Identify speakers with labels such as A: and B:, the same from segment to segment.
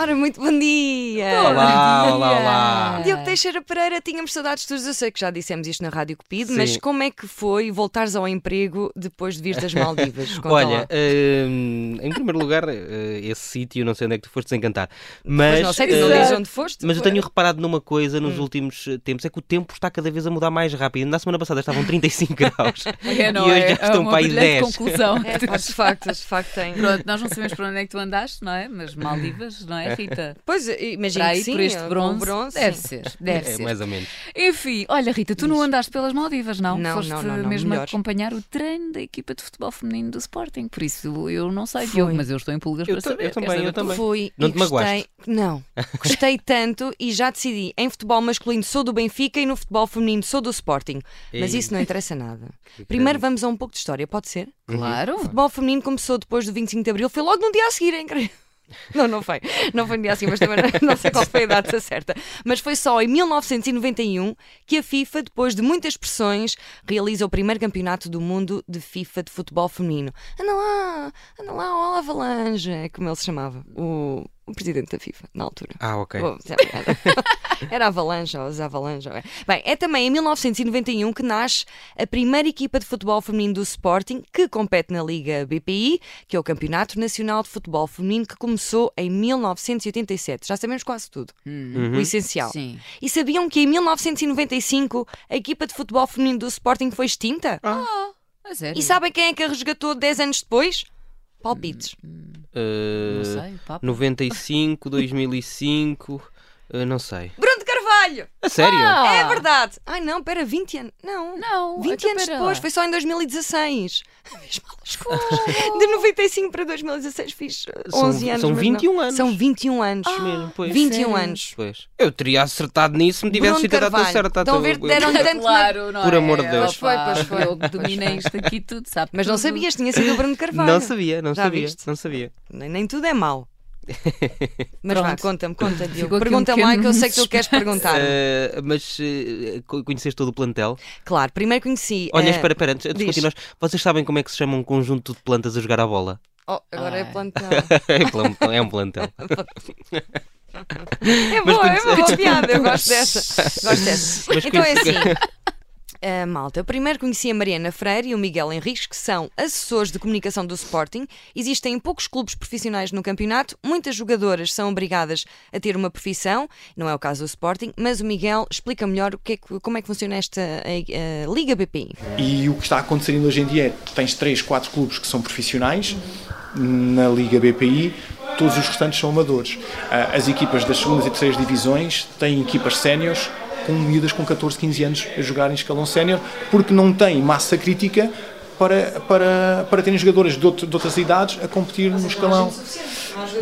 A: Ora, muito bom dia!
B: Olá, olá, olá.
A: Diogo Teixeira Pereira, tínhamos saudades todos. Eu sei que já dissemos isto na Rádio Cupido, mas
B: Sim.
A: como é que foi voltares ao emprego depois de vir das Maldivas? Conta
B: Olha,
A: lá.
B: hum, em primeiro lugar, eh, esse sítio, não sei onde é que tu foste desencantar. Mas,
A: Mas não sei, tu não
B: eh,
A: dizes onde foste. Hum.
B: mas eu tenho reparado numa coisa nos últimos eh, tempos, é que o tempo está cada vez a mudar mais rápido. Na semana passada estavam 35 graus
C: É, não,
B: e hoje
C: é,
B: já um estão
C: uma
B: para aí
C: brilhante
B: 10.
C: conclusão.
A: É, pá, de facto, de facto tem.
C: Pronto, nós não sabemos para onde é que tu andaste, não é? Mas Maldivas, não é, Rita?
A: Pois,
C: Para
A: imagina que
C: aí,
A: sim,
C: por este
A: com o
C: bronze.
A: bronze,
C: deve
A: sim.
C: ser, deve
B: É,
C: ser.
B: mais ou menos.
C: Enfim, olha, Rita, tu não andaste pelas Maldivas, não?
A: Não,
C: Foste
A: não, não, não,
C: mesmo
A: melhor.
C: acompanhar o treino da equipa de futebol feminino do Sporting. Por isso eu não sei,
A: Foi.
C: Diogo, mas eu estou em pulgas
B: Eu
C: para
B: ta-
C: saber.
B: eu também,
C: Quero saber
B: eu
C: tudo.
B: também.
A: Fui
B: Não
A: e
B: te
A: gostei.
B: magoaste?
A: Não, gostei tanto e já decidi. Em futebol masculino sou do Benfica e no futebol feminino sou do Sporting. Mas
B: Ei.
A: isso não interessa nada. Primeiro vamos a um pouco de história, pode ser? O
C: Claro.
A: futebol feminino começou depois do 25 de Abril, foi logo num dia a seguir, é incrível. Não, não foi. Não foi no dia a seguir, mas também não- não sei qual foi a data certa. Mas foi só em 1991 que a FIFA, depois de muitas pressões, realiza o primeiro campeonato do mundo de FIFA de futebol feminino. Anda lá, anda lá, o Avalanche, é como ele se chamava, o, o presidente da FIFA, na altura.
B: Ah, ok.
A: Bom, sei lá, era- Era Avalanche, ou os Avalanche. ou é. Bem, é também em 1991 que nasce a primeira equipa de futebol feminino do Sporting, que compete na Liga BPI, que é o Campeonato Nacional de Futebol Feminino, que começou em 1987. Já sabemos quase tudo,
B: Uhum.
A: o essencial.
C: Hum, Sim.
A: E sabiam que em 1995 a equipa de futebol feminino do Sporting foi
C: É
A: extinta?
C: A sério.
A: E sabem quem é que a resgatou 10 anos depois? Palpites.
C: Hum.
B: Eh,
C: Não sei, papo.
B: 95, 2005, eh, não sei.
A: Bruno de Carvalho!
B: A sério?
C: Ah!
A: É verdade! Ai não, pera, 20 anos. Não.
C: Não,
A: 20
C: então
A: anos
C: pera
A: depois,
C: lá.
A: foi só em 2016. Fiz malas contas. De 95 para 2016 fiz eh, 11
B: São-
A: anos.
B: são
A: mas
B: 21
A: não.
B: anos.
A: São 21 anos.
B: mesmo, pois.
A: 21
C: sério?
A: anos.
B: Pois. Eu teria acertado nisso se me tivesse
A: Bruno
B: sido a data
A: Carvalho.
B: certa.
A: Estão a ver,
B: Eu-
A: deram tanto na-
C: Claro, não
B: Por
C: é?
B: amor de Deus.
C: Opa,
A: Pois foi, pois foi.
C: Eu domina isto aqui tudo, sabe?
A: Mas não
C: tudo.
A: sabias, tinha sido o Bruno Carvalho.
B: Não sabia, não
A: Já
B: sabia,
A: viste?
B: não sabia.
A: Nem, nem tudo é mau. Mas vá,
C: Pronto.
A: conta-me, conta, Diogo.
C: Ficou aqui um
A: Pergunta-me lá
C: pequeno
A: que eu sei que tu queres perguntar.
B: Eh, mas eh, co- conheceste todo o plantel?
A: Claro, primeiro conheci.
B: Olha,
A: eh,
B: espera, espera, antes, antes de
A: diz.
B: continuar, vocês sabem como é que se chama um conjunto de plantas a jogar a bola?
A: Oh, agora é
C: Ai.
A: plantão.
B: É plan- é um plantel.
A: É
B: Mas
A: boa, é
B: conhece-
A: boa piada, eu gosto dessa. Gosto dessa.
B: Mas
A: então é
B: conhece-
A: assim. ah, malta, eu primeiro conheci a Mariana Freire e o Miguel Henriques, que são assessores de comunicação do Sporting. Existem poucos clubes profissionais no campeonato, muitas jogadoras são obrigadas a ter uma profissão, não é o caso do Sporting, mas o Miguel explica melhor o que é que- como é que funciona esta ah, Liga BPI.
D: E o que está acontecendo hoje em dia é que tens 3, 4 clubes que são profissionais na Liga BPI, todos os restantes são amadores. Ah, As equipas das segundas e terceiras divisões têm equipas séniores com miúdas com 14, 15 anos a jogar em escalão sénior, porque não têm massa crítica para, para, para terem jogadoras de, outro- de outras idades a competir no escalão.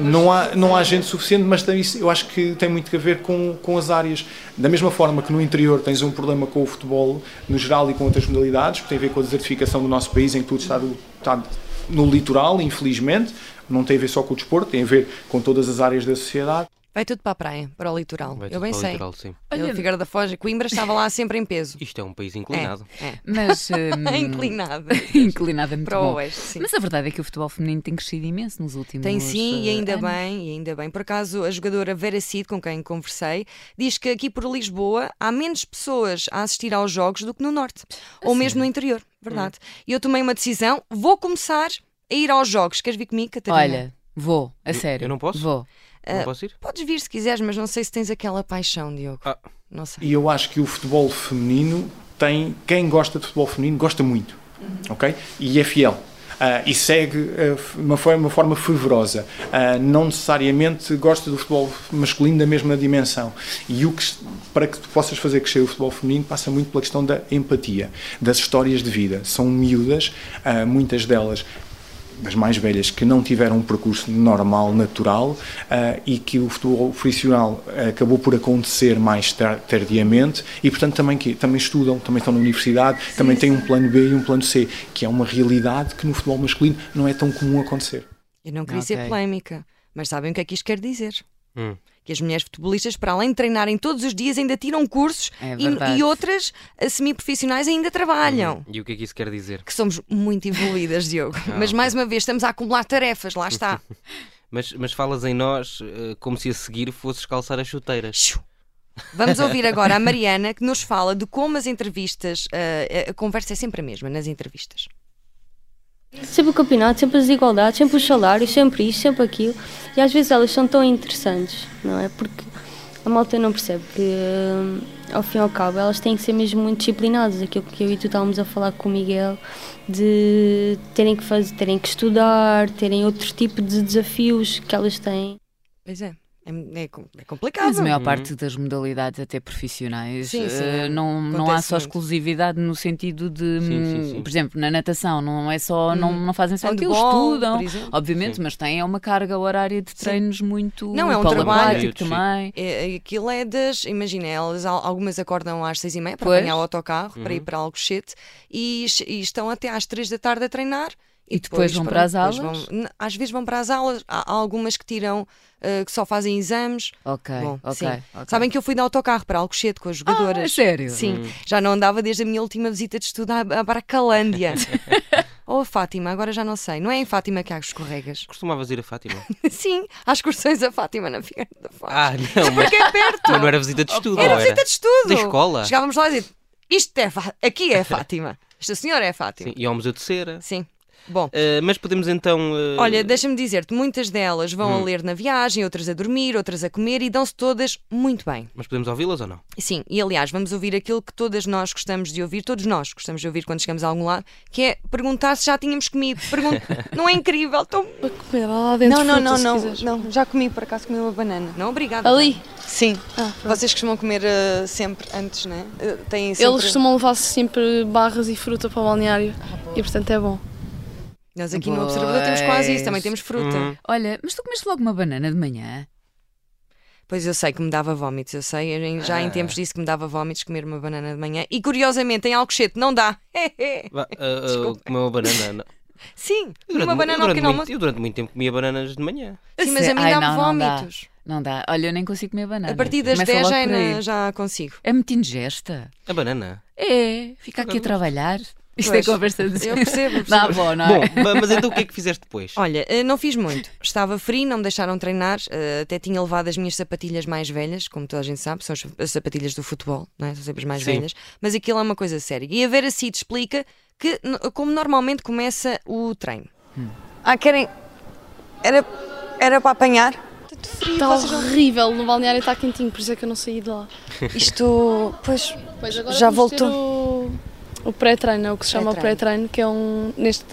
D: Não há, não há gente suficiente, mas tem isso- eu acho que tem muito a ver com, com as áreas. Da mesma forma que no interior tens um problema com o futebol no geral e com outras modalidades, que tem a ver com a desertificação do nosso país, em que tudo está, do- está no litoral, infelizmente. Não tem a ver só com o desporto, tem a ver com todas as áreas da sociedade.
A: Vai tudo para a praia, para o litoral.
B: Vai
A: assim. eu
B: tudo
A: bem
B: para o
A: sei.
B: litoral, sim.
A: Eu, Figueira da Foz, Coimbra estava lá sempre em peso.
B: Isto é um país
A: É,
B: inclinado.
A: é.
C: Mas. hum,
A: Inclinada.
C: Inclinada é muito
A: Para o
C: bom.
A: oeste, sim.
C: Mas a verdade é que o futebol feminino tem crescido imenso nos últimos
A: Tem sim, e
C: eh,
A: ainda
C: anos.
A: bem, e ainda bem. Por acaso, a jogadora Vera Cid, com quem conversei, diz que aqui por Lisboa há menos pessoas a assistir aos jogos do que no Norte, ou mesmo no interior,
C: Hum.
A: verdade. E eu tomei uma decisão, vou começar a ir aos jogos. Queres vir comigo, Catarina?
C: Olha, vou, a sério.
B: eu não posso?
C: Vou.
A: É, eh,
B: Não posso ir?
A: Podes vir se quiseres, mas não sei se tens aquela paixão, Diogo.
B: Ah.
A: Não sei.
D: E eu acho que o futebol feminino tem. Quem gosta de futebol feminino gosta muito, ok? E é fiel. Ah, e segue ah, f- uma, forma, uma forma fervorosa. Ah, não necessariamente gosta do futebol masculino da mesma dimensão. E o que, se- para que tu possas fazer crescer o futebol feminino passa muito pela questão da empatia, das histórias de vida. São miúdas, ah, muitas delas das mais velhas que não tiveram um percurso normal, natural, ah, e que o futebol profissional eh, acabou por acontecer mais tar- tardiamente, e portanto também, que, também estudam, também estão na universidade, também têm um plano B e um plano C, que é uma realidade que no futebol masculino não é tão comum acontecer.
A: Eu não queria ser
C: Ok.
A: polémica, mas sabem o que é que isto quer dizer?
B: Hum.
A: Que as mulheres futebolistas, para além de treinarem todos os dias, ainda tiram cursos
C: É
A: e- e,
C: verdade.
A: outras eh, semiprofissionais ainda trabalham.
B: E o que é que isso quer dizer?
A: que somos muito evoluídas, Diogo. Mas mais uma vez estamos a acumular tarefas, lá está.
B: Mas, mas falas em nós eh, como se a seguir fosses calçar as chuteiras.
A: Xiu. Vamos ouvir agora a Mariana que nos fala de como as entrevistas, ah, a- a conversa é sempre a mesma nas entrevistas.
E: Sempre o campeonato, sempre as desigualdades, sempre os salários, sempre isto, sempre aquilo. E às vezes elas são tão interessantes, não é? Porque a malta não percebe que, hum, ao fim e ao cabo, elas têm que ser mesmo muito disciplinadas. Aquilo que eu e tu estávamos a falar com o Miguel, de terem que fazer, terem que estudar, terem outro tipo de desafios que elas têm.
A: Pois é, é, é com- é complicado.
C: Mas a
B: Uhum.
C: maior parte das modalidades, até profissionais,
A: Sim, sim.
C: eh, não, não há
A: Acontece
C: só
A: muito.
C: exclusividade no sentido de,
B: Sim, sim,
C: hum,
B: sim.
C: por exemplo, na natação, não é só, não, não fazem só aquilo,
A: Uhum. Handball,
C: estudam,
A: por exemplo.
C: obviamente, mas têm uma carga horária de treinos muito
A: Não, é um
C: palatável
B: trabalho.
C: também.
A: É, Aquilo é das, imagina, elas al- algumas acordam às seis e meia para
C: Pois.
A: apanhar o autocarro para ir para Alcochete e, ch- e estão até às três da tarde a treinar
C: E depois vão
A: pronto,
C: para as
A: depois
C: aulas?
A: vão- n- às vezes vão para as aulas, há há algumas que tiram, eh, que só fazem exames.
C: Ok,
A: Bom,
C: ok,
A: sim.
C: ok.
A: Sabem que eu fui de autocarro para Alcochete com as jogadoras.
C: Ah, sério?
A: Sim, já não andava desde a minha última visita de estudo à, à Baracalândia. Ou a Fátima, agora já não sei. Não é em Fátima que há escorregas?
B: Costumavas ir a Fátima?
A: Sim, há excursões a Fátima na Figueira da Foz.
B: Ah, não, mas,
A: Porque é perto.
B: mas não era visita de estudo,
A: Era
B: ou
A: visita de estudo.
B: Da escola?
A: Chegávamos lá e dizia, isto é Fá- aqui é Fátima. Esta senhora é Fátima.
B: Sim,
A: Sim.
B: e ao Museu de Cera.
A: Bom,
B: Eh, mas podemos então. eh,
A: olha, deixa-me dizer-te, muitas delas vão a ler na viagem, outras a dormir, outras a comer e dão-se todas muito bem.
B: Mas podemos ouvi-las ou não?
A: Sim, e aliás, vamos ouvir aquilo que todas nós gostamos de ouvir, todos nós gostamos de ouvir quando chegamos a algum lado, que é perguntar se já tínhamos comido. Pergun- não é incrível? Tão...
F: Comida, vai lá dentro. fruta, se quiseres.
A: não, já comi, por acaso comi uma banana. Não, obrigada.
F: Ali,
G: Sim,
F: Ah,
G: vocês costumam comer eh, sempre antes, não é?
A: né?
G: Eh, têm sempre...
F: eles costumam levar sempre barras e fruta para o balneário e portanto é bom.
A: Nós aqui no Observador temos quase isso, também
C: Pois.
A: temos fruta.
B: Uhum.
C: Olha, mas tu comeste logo uma banana de manhã?
A: Pois eu sei que me dava vómitos, eu sei, eu em-
B: É.
A: já em tempos disse que me dava vómitos comer uma banana de manhã e curiosamente em Alcochete não dá.
B: Vá, eh, eh, comer uma banana. não.
A: Sim,
B: Eu
A: uma
B: mu-
A: banana
B: eu
A: ao
B: durante
A: pequeno
B: muito,
A: almoço.
B: Eu durante muito tempo comia bananas de manhã.
A: Sim,
F: é-
A: mas a mim
C: Ai,
A: dá-me
C: não, não dá.
A: vómitos.
C: Não dá. Olha, eu nem consigo comer banana.
A: A partir das
C: Começa
A: 10
C: logo
A: já, é
C: por
A: na-
C: aí.
A: já consigo.
C: É muito ingesta.
B: A banana.
C: É, fica aqui a trabalhar. Isto
A: Pois.
C: é conversa de
A: Eu percebo.
C: Dá
A: percebo.
C: avó, não
B: Bom,
C: é?
B: ma- mas então o que é que fizeste depois?
A: Olha, eh, não fiz muito. Estava frio, não me deixaram treinar. eh, Até tinha levado as minhas sapatilhas mais velhas, como toda a gente sabe, são as- as sapatilhas do futebol, não é? são sempre as mais
B: Sim.
A: velhas. Mas aquilo é uma coisa séria. E a Vera Cid explica que, n- como normalmente começa o treino.
C: Hum.
G: Ah, querem... Era, era para apanhar?
F: Está horrível, no balneário está quentinho, por isso é que eu não saí de lá.
G: Isto... Pois...
F: Pois agora
G: Já
F: vamos ter
G: voltou.
F: O, o pré-treino, é o que se chama o
G: Pré-treino.
F: pré-treino, que é um. Neste,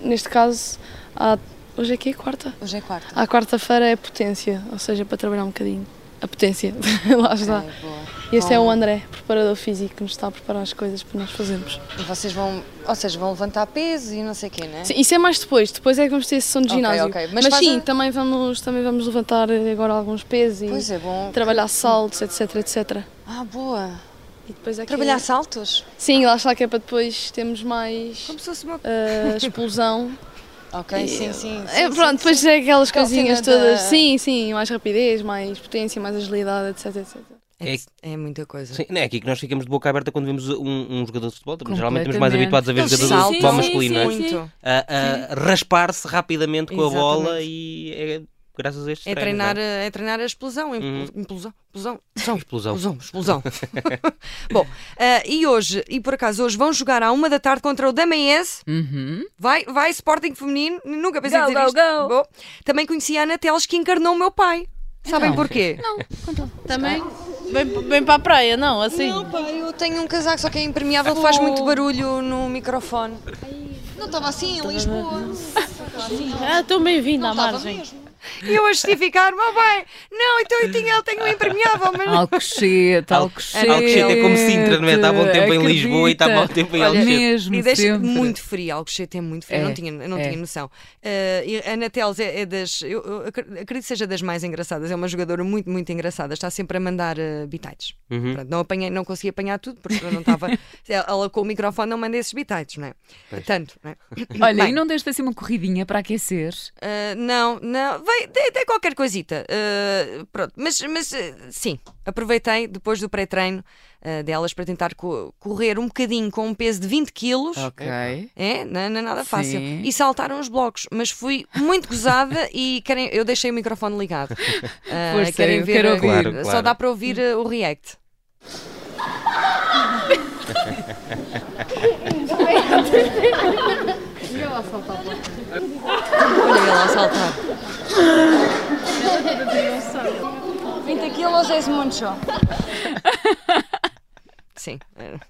F: neste caso, há- hoje é que é quarta?
G: Hoje é quarta.
F: À quarta-feira é potência, ou seja, para trabalhar um bocadinho. A potência, lá está. E este é o André, preparador físico, que nos está a preparar as coisas para nós fazermos.
G: E vocês vão... Ou seja, vão levantar peso e não sei o quê, não é?
F: Sim, isso é mais depois, depois é que vamos ter sessão de
G: Ok,
F: ginásio.
G: ok. Mas
F: Mas,
G: fazem-
F: sim, também, vamos, também vamos levantar agora alguns pesos e
G: Pois é, bom...
F: trabalhar saltos, etc, etc.
G: Ah, boa.
F: E depois é que-
G: Trabalhar saltos?
F: Sim, lá está que é para depois termos mais
A: Como se fosse uma
F: ah, explosão.
G: Ok,
F: E-
G: sim, sim.
F: É,
G: sim,
F: pronto,
G: sim,
F: depois é aquelas
G: Aquela cena
F: coisinhas todas.
G: da-
F: Sim, sim, mais rapidez, mais potência, mais agilidade, etc, etc.
A: É,
B: É-
A: é muita coisa.
B: Sim, não é aqui que nós ficamos de boca aberta quando vemos um, um jogador de futebol. também Geralmente estamos mais
C: Completamente.
B: habituados a ver
A: Eles
B: jogadores de
A: saltam
B: futebol
A: sim,
B: masculino, não é?
A: muito.
B: a, a raspar-se rapidamente com a bola
A: Exatamente.
B: e é graças a estes
A: É
B: treinos,
A: treinar,
B: não é?
A: a- é treinar a explosão, impl-
B: Uhum.
A: implosão, explosão, explosão,
B: explosão.
A: explosão, explosão. Bom, ah, e hoje, e por acaso hoje vão jogar à uma da tarde contra o Damaense,
C: Uhum.
A: vai, vai Sporting Feminino, nunca pensei
C: Go,
A: dizer
C: go,
A: isto.
C: go.
A: Bom, também conheci a Ana Teles que encarnou o meu pai. Sabem
C: Então.
A: porquê?
H: Também? Bem, bem para a praia, não? Assim?
G: Não, pá, eu tenho um casaco, só que é impermeável, faz muito barulho no microfone. Não estava assim em Lisboa.
H: Ah, estou bem-vinda à
G: Estava
H: margem.
G: mesmo.
A: E eu a justificar, meu bem, não, então eu tinha, ele tem um impermeável, mas
C: Alcochete, Alcochete.
B: Alcochete é como Sintra, não é? Está há bom tempo em
C: Acredita.
B: Lisboa e está há bom tempo em
C: Olha,
B: Alcochete.
C: mesmo
A: E deixa
C: sempre.
A: muito frio, Alcochete é muito frio, eu não
C: É,
A: tinha, eu não
C: é.
A: tinha noção. Ah, e a Ana Teles é, é das, eu, eu acre- acredito que seja das mais engraçadas, é uma jogadora muito, muito engraçada, está sempre a mandar ah, bitites.
C: Uhum.
A: Pronto, não, apanhei, não consegui apanhar tudo porque eu não estava. ela ela com o microfone não manda esses bitites, não é? Tanto, não é?
C: Olha,
A: Bem,
C: e não deste assim uma corridinha para aquecer?
A: ah, Eh, não, não, vai, tem, tem qualquer coisita. eh, pronto, mas, mas eh, sim, aproveitei depois do pré-treino eh, delas para tentar co- correr um bocadinho com um peso de 20 quilos.
C: Ok.
A: É, não, não é nada fácil.
C: Sim.
A: E saltaram os blocos, mas fui muito gozada e querem, eu deixei o microfone ligado. Ah,
C: Força,
A: querem
C: eu
A: ver?
C: quero
A: a-
C: ouvir.
B: Claro,
A: Só
B: claro.
A: dá para ouvir ah, o react. Olha ele a saltar.
G: 20 quilos é muito.
A: Sim. era.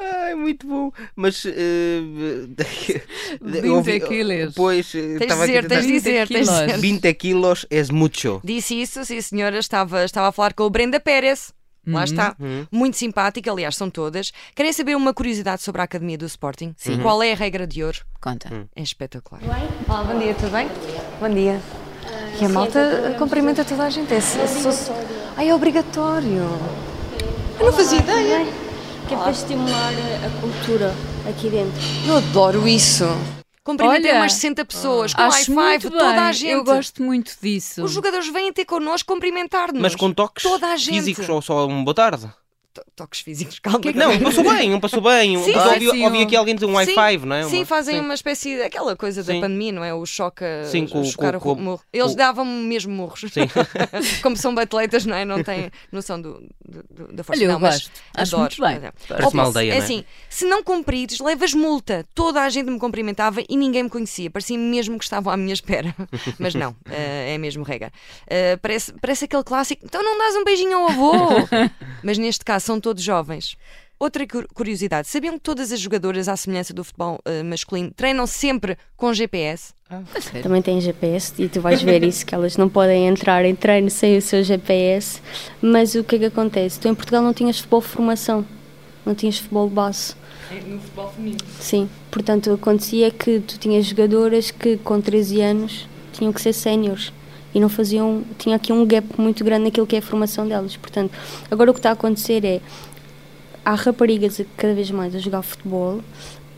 B: Ai, muito bom. Mas. Uh,
C: 20 quilos.
B: Pois, eh,
A: Tens de
B: estava aqui a
A: dizer,
B: tentar-
A: tens de dizer, tens de
C: quilos.
A: dizer.
B: 20 quilos é muito.
A: Disse isso, sim senhora, estava, estava a falar com o Brenda Pérez. Lá
C: Uhum.
A: está. Muito simpática, aliás, são todas. Querem saber uma curiosidade sobre a Academia do Sporting?
C: Uhum.
A: Sim. Qual é a regra de ouro?
C: Conta.
B: Hum.
A: É espetacular. Olá, bom dia, tudo bem? Ah, é Bom dia. E a malta cumprimenta toda a gente. É, Ai, é obrigatório.
G: Eu não fazia ideia.
E: Que é para estimular a cultura aqui dentro.
G: Eu adoro isso.
A: Cumprimenta
C: Olha,
A: umas 60 pessoas, com
C: Acho
A: um high
C: muito
A: five,
C: bem.
A: toda a gente.
C: Eu gosto muito disso.
A: Os jogadores vêm ter connosco cumprimentar-nos.
B: Mas com toques
A: Toda a gente.
B: físicos ou só um boa tarde?
A: To- Toques físicos, calma.
C: é
B: Não, um passou bem, um passou bem. um-
A: Sim,
B: mas
A: sim,
B: ouvi,
C: sim,
B: ouvi
C: um-
B: aqui alguém dizer
A: Sim,
B: um high five, não é?
A: Sim,
B: Uma-
A: fazem
B: sim.
A: uma espécie daquela coisa da
B: Sim.
A: pandemia, não é? O choca.
B: Sim, com-
A: chocar
B: com-
A: o
B: com-
A: morro. Eles
B: com-
A: davam mesmo murros. Como são atletas, não é? Não têm noção do, do- do- da força.
C: Olha, eu
A: não, mas
C: gosto. Acho
A: adoro.
C: muito bem.
B: Parece uma aldeia,
A: é
B: não é?
A: assim, se não cumprires, levas multa. Toda a gente me cumprimentava e ninguém me conhecia. Parecia mesmo que estavam à minha espera. Mas não, eh, é mesmo regra. Eh, parece, parece aquele clássico. Então não dás um beijinho ao avô. Mas neste caso são todos jovens. Outra cu- curiosidade: sabiam que todas as jogadoras, à semelhança do futebol eh, masculino, treinam sempre com GPS?
E: Também tem GPS e tu vais ver isso, que elas não podem entrar em treino sem o seu GPS. Mas o que é que acontece? Tu em Portugal não tinhas futebol de formação, não tinhas futebol de base. No futebol feminino. Sim, portanto acontecia que tu tinhas jogadoras que com 13 anos tinham que ser séniores e não faziam, tinha aqui um gap muito grande naquilo que é a formação delas. Portanto, agora o que está a acontecer é há raparigas cada vez mais a jogar futebol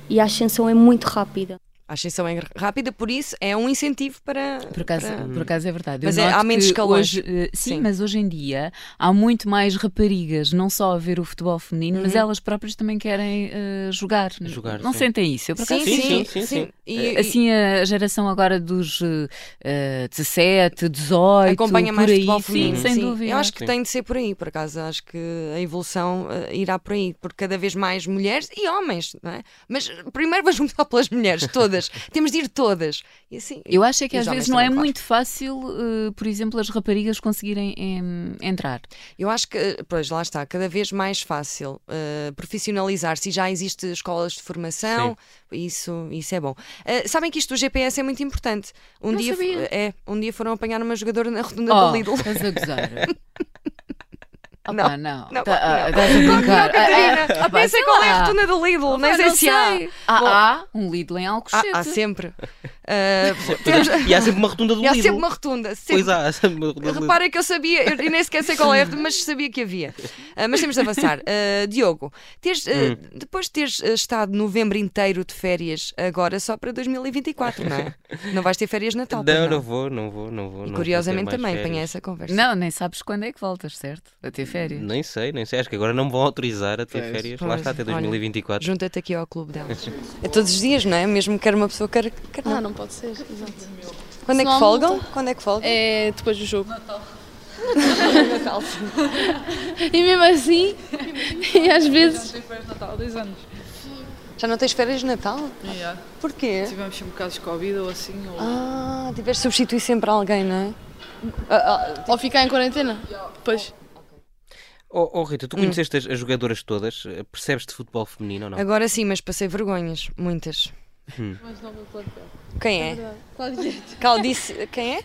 E: e a ascensão é muito rápida.
A: A ascensão é rápida, por isso é um incentivo para.
C: Por acaso,
A: para-
C: por acaso é verdade. Eu
A: Mas é- há
C: noto
A: menos
C: que
A: escalões.
C: Hoje, eh, sim,
A: Sim.
C: mas hoje em dia há muito mais raparigas, não só a ver o futebol feminino,
A: Uhum.
C: mas elas próprias também querem eh, jogar.
B: Jogar,
C: Não
B: sim.
C: sentem isso? Eu, por acaso,
B: Sim, sim, sim, sim.
A: E- e-
C: Assim, a geração agora dos eh, eh, 17, 18,
A: acompanha mais
C: por aí,
A: futebol
C: sim,
A: feminino.
C: sem
A: sim.
C: dúvida.
A: Eu acho que
B: Sim.
A: tem de ser por aí, por acaso. Acho que a evolução eh, irá por aí, porque cada vez mais mulheres e homens, não é? Mas eh, primeiro vamos começar pelas mulheres, todas. Temos de ir todas. E assim,
C: Eu acho é que
A: e os
C: às
A: homens
C: vezes não é
A: também, claro.
C: muito fácil, eh, por exemplo, as raparigas conseguirem em, entrar.
A: Eu acho que, eh, pois lá está, cada vez mais fácil eh, profissionalizar-se. E Já existem escolas de formação, isso, isso é bom. Eh, sabem que isto do GPS é muito importante. Um
C: Não
A: dia f-
C: sabia.
A: é, um dia foram apanhar uma jogadora na rotunda
C: oh,
A: do Lidl.
C: Estás a gozar. Opa,
A: Não,
C: não.
A: não,
C: Tá- ah,
A: não.
C: Estás a brincar. Ah, ah,
A: Catarina,
C: opa,
A: nem sei
C: sei
A: qual é a
C: lá.
A: rotunda do Lidl, nem
C: Pá,
A: sei
C: não
A: se há.
C: Há,
A: Bom, Ah,
C: há um Lidl em
A: há-
C: Alcochete.
A: há sempre. Eh, temos-
B: E há sempre uma rotunda do
A: e há
B: Lidl.
A: sempre uma rotunda. Sempre.
B: Pois há, há sempre uma rotunda do Lidl.
A: Repara que eu sabia, eu nem sequer sei qual é, mas sabia que havia. Ah, mas temos de avançar. Ah, Diogo, teres, ah,
B: Hum.
A: depois de teres ah, estado novembro inteiro de férias, agora só para 2024, não é? Não vais ter férias de Natal. pois
B: Não, não vou, não vou, não vou. não
A: E
B: vou
A: curiosamente
B: ter mais
A: também apanhei
B: férias.
A: essa conversa.
C: Não, nem sabes quando é que voltas, certo? A ter férias.
B: Nem sei, nem sei. Acho que agora não me vão autorizar a ter
D: Pois.
B: férias. Lá
A: Pois,
B: está, até
A: olha.
B: 2024.
A: Junta-te aqui ao clube delas. É todos os dias, não é? Mesmo quer uma pessoa, quer, quer não.
F: Ah, não pode ser, exato.
A: Quando é
F: Senão
A: que
F: há
A: folgam? Quando é que folgam?
F: É depois do jogo. Natal. e mesmo assim, e às vezes.
I: Férias de Natal há dois anos.
A: Já não tens férias de Natal?
I: Yeah.
A: Porquê?
I: Tivemos sempre casos de Covid ou assim. Ou...
A: Ah, tiveste de substituir sempre alguém, não é? Ah, ah,
F: Ou ficar em quarentena? Pois.
B: Oh, oh, Rita,
A: Hum.
B: tu conheceste as, as jogadoras todas? Eh, Percebes de futebol feminino ou não?
A: agora sim, mas passei vergonhas, muitas. Quem é? Claudineta. Caldice, quem é?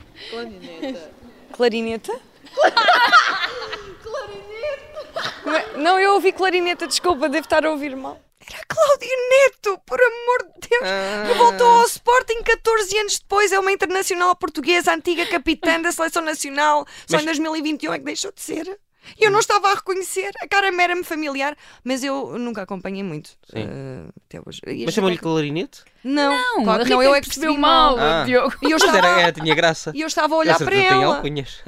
A: Clarineta. Clarineta? clarineta! Não, eu ouvi clarineta, desculpa, devo estar a ouvir mal. Era Cláudio Neto, por amor de Deus,
B: Ah,
A: que voltou ao Sporting 14 anos depois, é uma internacional portuguesa, antiga capitã da seleção nacional, só em 2021 é um que deixou de ser. E eu não estava a reconhecer, a cara me era-me familiar, mas eu nunca acompanhei muito
B: Sim.
A: eh, até hoje. E
B: Mas
A: achei
B: chamam-lhe
A: que-
B: clarinete?
A: Não,
C: Não,
A: claro
C: a
A: que
C: Rita
A: não, eu é que
C: percebeu
A: percebi
C: mal,
A: mal.
B: mal.
C: o Diogo.
A: E eu
B: Mas
A: estava,
B: era, era- É, tinha graça.
A: e eu estava a olhar
B: Essas
A: para
B: não têm
A: ela.
B: alcunhas.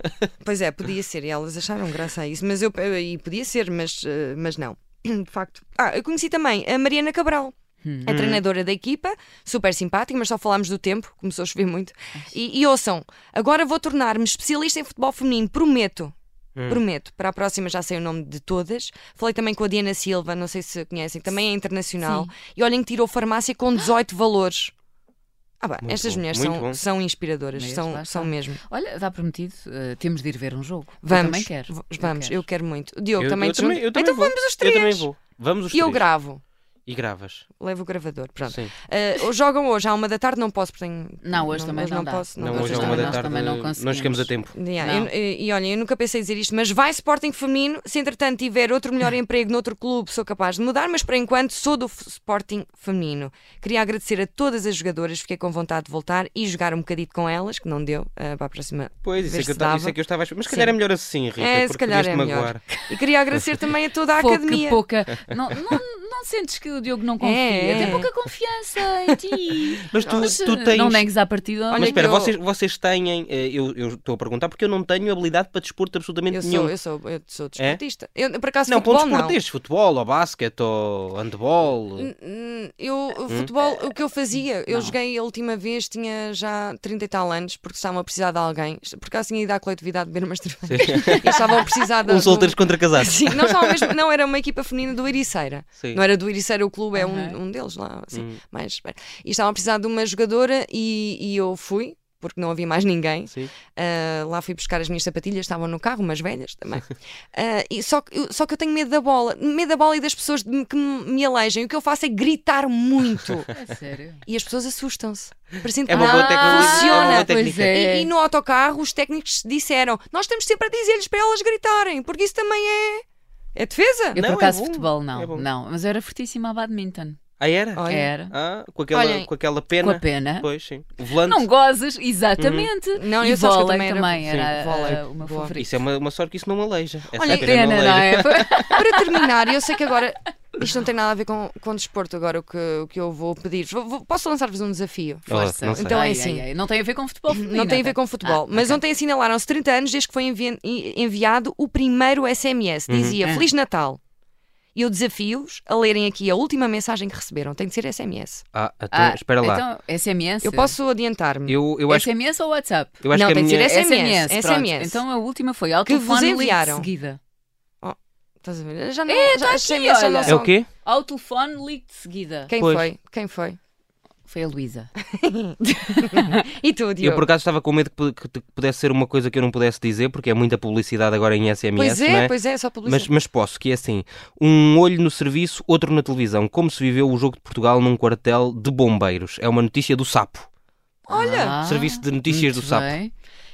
A: Pois é, podia ser, e elas acharam graça a isso, mas eu eh, e podia ser, mas, eh, mas não. De facto. Ah, eu conheci também a Mariana Cabral.
C: Hum.
A: A treinadora da equipa, super simpática, mas só falámos do tempo, começou a chover muito. E, e ouçam, agora vou tornar-me especialista em futebol feminino, prometo.
B: Hum.
A: Prometo, para a próxima já sei o nome de todas. Falei também com a Diana Silva, não sei se conhecem, também é internacional.
C: Sim.
A: E olhem que tirou farmácia com 18 valores. Ah, bah,
B: Muito
A: estas
B: bom,
A: mulheres
B: muito
A: são,
B: bom.
A: são inspiradoras,
C: Mesmo, lá
A: são,
C: está.
A: são mesmo.
C: Olha, está prometido, eh, temos de ir ver um jogo.
A: Vamos,
C: Eu também quero.
A: v- Vamos,
C: quero.
A: eu quero muito. Diogo,
B: Eu-
A: também
B: eu
A: te junto?
B: também- eu também
A: Então
B: vou.
A: vamos os
B: Eu
A: três.
B: também vou. Vamos os
A: E eu
B: três.
A: gravo.
B: E gravas.
A: Levo o gravador, pronto.
B: Sim.
A: Ah, jogam hoje, à uma da tarde não posso, porque tenho.
C: Não, hoje também não dá.
A: posso.
B: Não,
A: posso
B: hoje é
A: estar
B: uma
A: lá.
B: da
C: nós
B: tarde.
C: também não
B: não
C: conseguimos.
B: chegamos a tempo.
A: Yeah,
C: Não.
A: eu- e, e olhem, eu nunca pensei dizer isto, mas vai Sporting Feminino. Se entretanto tiver outro melhor emprego noutro clube, sou capaz de mudar, mas por enquanto sou do F- Sporting Feminino. Queria agradecer a todas as jogadoras, fiquei com vontade de voltar e jogar um bocadito com elas, que não deu ah, para a próxima.
B: Pois, isso
A: ver
B: é, que eu
A: se
B: tava-
A: dava.
B: isso é que eu estava a esperar. Mas se
A: Sim.
B: calhar é melhor assim, Rita,
A: É, se
B: porque
A: calhar
B: podias-te
A: é melhor.
B: magoar.
A: E queria agradecer também a toda a
C: pouca,
A: academia.
C: pouca. Não, não, não sentes que o Diogo não confia?
A: É, é.
C: Tem pouca confiança em ti.
B: Mas tu,
C: Mas,
B: tu
C: eh,
B: tens.
C: Não negues à partida.
A: Olha
B: mas espera,
A: que eu-
B: vocês, vocês têm. eh, Eu eu estou a perguntar porque eu não tenho habilidade para desporto absolutamente
A: Eu sou,
B: nenhum. É?
A: eu sou, eu sou desportista. Eu, por acaso,
B: Não, para um
A: futebol,
B: desporto
A: não.
B: deste, futebol, ou basquete, ou handball.
A: Hum, Eu, o futebol, o que eu fazia, eu joguei a última vez, tinha já 30 e tal anos, porque estavam a precisar de alguém, porque assim ia dar à coletividade beber umas cervejas. E estavam a precisar de.
B: Uns
A: de um-
B: solteiros contra casados.
A: Sim, não, estavam mesmo, não era uma equipa feminina do Ericeira.
B: Sim. Hum.
A: Não era do Ericeira o clube, é um,
C: Aham.
A: um deles lá, assim, mais. E estavam a precisar de uma jogadora e, e eu fui, porque não havia mais ninguém.
B: Sim.
A: Ah, lá fui buscar as minhas sapatilhas, estavam no carro, umas velhas também. Ah, e só, que, eu- só que eu tenho medo da bola, medo da bola e das pessoas de me- que me me alejem. O que eu faço é gritar muito
C: É sério.
A: e as pessoas assustam-se. Parecendo
B: É uma boa tecnologia.
A: funciona.
B: É uma boa
C: Ah, Pois
B: técnica.
C: é.
A: E, e no autocarro os técnicos disseram: Nós temos sempre a dizer-lhes para elas gritarem, porque isso também é. É defesa?
C: Eu
B: Não, é
C: por acaso
B: bom.
C: futebol
B: É
C: não,
B: bom.
C: não, mas eu era fortíssima a badminton.
B: Ah, era?
A: Olha.
C: Era.
B: Ah, com aquela,
A: Olhem,
B: com aquela
C: Com
B: pena.
C: a pena.
B: Pois, sim. O volante.
C: Não gozes, exatamente.
A: Uhum. Não,
C: e
A: eu sabes que eu também
C: vôlei
A: era-
C: também
A: Sim,
C: era,
A: vôlei.
C: ah, o meu
A: Boa.
C: favorito.
B: Isso é uma, uma sorte que isso não aleija. Essa
A: Olha,
B: pena não
C: Pena, não
B: aleija.
C: é?
A: Para terminar, eu sei que agora isto não tem nada a ver com, com desporto, agora o que, o que eu vou pedir. Vou- vou- posso lançar-vos um desafio?
B: Força. não sei.
A: Então é
C: Ai, ai,
A: assim.
C: ai, Não tem a ver com futebol feminino.
A: Não tem a ver
C: até.
A: com
B: Ah,
A: futebol, mas ontem assim, assinalaram-se 30 anos desde que foi envi- enviado o primeiro SMS. Dizia
B: É.
C: Uhum.
A: Feliz Natal. E eu desafio-os a lerem aqui a última mensagem que receberam. Tem de ser SMS.
B: Ah, então,
C: Ah,
B: espera lá.
C: Então, SMS?
A: Eu posso adiantar-me.
B: eu, eu acho,
C: SMS ou WhatsApp?
B: eu acho
A: é Não,
B: que a
A: tem de ser
B: minha.
A: essa. SMS,
C: pronto.
A: SMS.
C: Então a última foi ao
A: Que vos
C: telefone ligue de
A: enviaram.
C: seguida.
A: Estás a ver? Já não,
C: É,
A: já,
C: tá
A: as
C: aqui,
A: SMS já
C: olha.
A: não
B: É
A: são-
B: o quê?
C: Ao telefone ligue de seguida.
A: Quem
B: Pois.
A: foi? Quem foi?
C: Foi a Luísa.
A: E tu,
B: Eu
A: Diogo?
B: por acaso estava com medo que, pu- que te- que pudesse ser uma coisa que eu não pudesse dizer, porque é muita publicidade agora em SMS,
A: Pois
B: não
A: é,
B: é?
A: pois é, só
B: Mas,
A: publicidade.
B: mas posso, que é assim: um olho no serviço, outro na televisão. Como se viveu o jogo de Portugal num quartel de bombeiros? É uma notícia do sapo.
A: Olha!
C: Ah,
B: Serviço de notícias
C: muito
B: do sapo.
C: bem.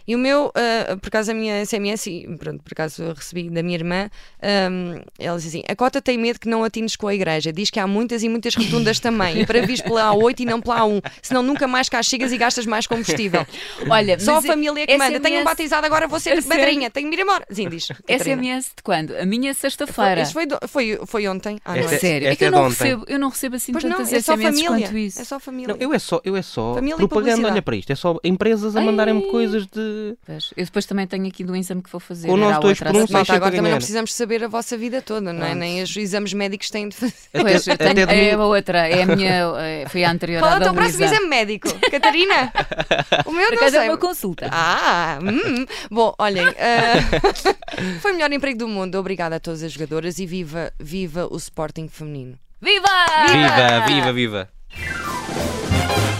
A: E o meu, ah, por causa da minha SMS, e pronto, por acaso eu recebi da minha irmã, ahm, ela diz assim: a cota tem medo que não atines com a igreja. Diz que há muitas e muitas rotundas também. E para vis pela A8 e não pela A1. Senão nunca mais cá chegas e gastas mais combustível.
C: Olha,
A: Só a
C: mas
A: família é que manda. Tenho um
C: SMS
A: batizado agora, vou
C: É
A: ser
C: sério?
A: madrinha. Tenho de ir embora. Sim, diz. Catarina.
C: SMS de quando? A minha é sexta-feira.
A: Este foi, do- foi, foi ontem. à
B: É
A: noite.
B: Esta-
C: Sério, é
B: esta
C: que eu
B: é de
C: não,
B: ontem.
C: recebo, eu não recebo assim
A: Pois não,
C: tantas
A: é só
C: SMS
A: família.
C: quanto isso.
A: É só família.
B: Não, eu é só, eu é só
A: Família e
B: propaganda.
A: publicidade.
B: Olha para isto: é só empresas a
C: Ei.
B: mandarem-me coisas de.
C: Pois, Eu depois também tenho aqui do exame que vou fazer.
B: Com nós
C: era a
B: dois
C: outra
B: por um,
C: a-
B: seis
A: Malta,
B: sempre
A: agora
B: a
A: também não
B: ganhar.
A: precisamos saber a vossa vida toda, não é?
C: Pronto.
A: Nem os exames médicos têm de fazer.
B: Até,
C: Pois, eu
B: até
C: tenho-
B: de mim-
C: é a outra, é a minha, é- foi a anterior
A: Qual é
C: à
A: o teu
C: da
A: próximo
C: Luísa.
A: exame médico? Catarina? O meu
C: Por
A: não
C: acaso é
A: sei.
C: uma consulta.
A: Ah, hum. bom, olhem, ah, foi o melhor emprego do mundo. Obrigada a todas as jogadoras e viva, viva o Sporting feminino.
C: Viva!
B: Viva, viva, viva.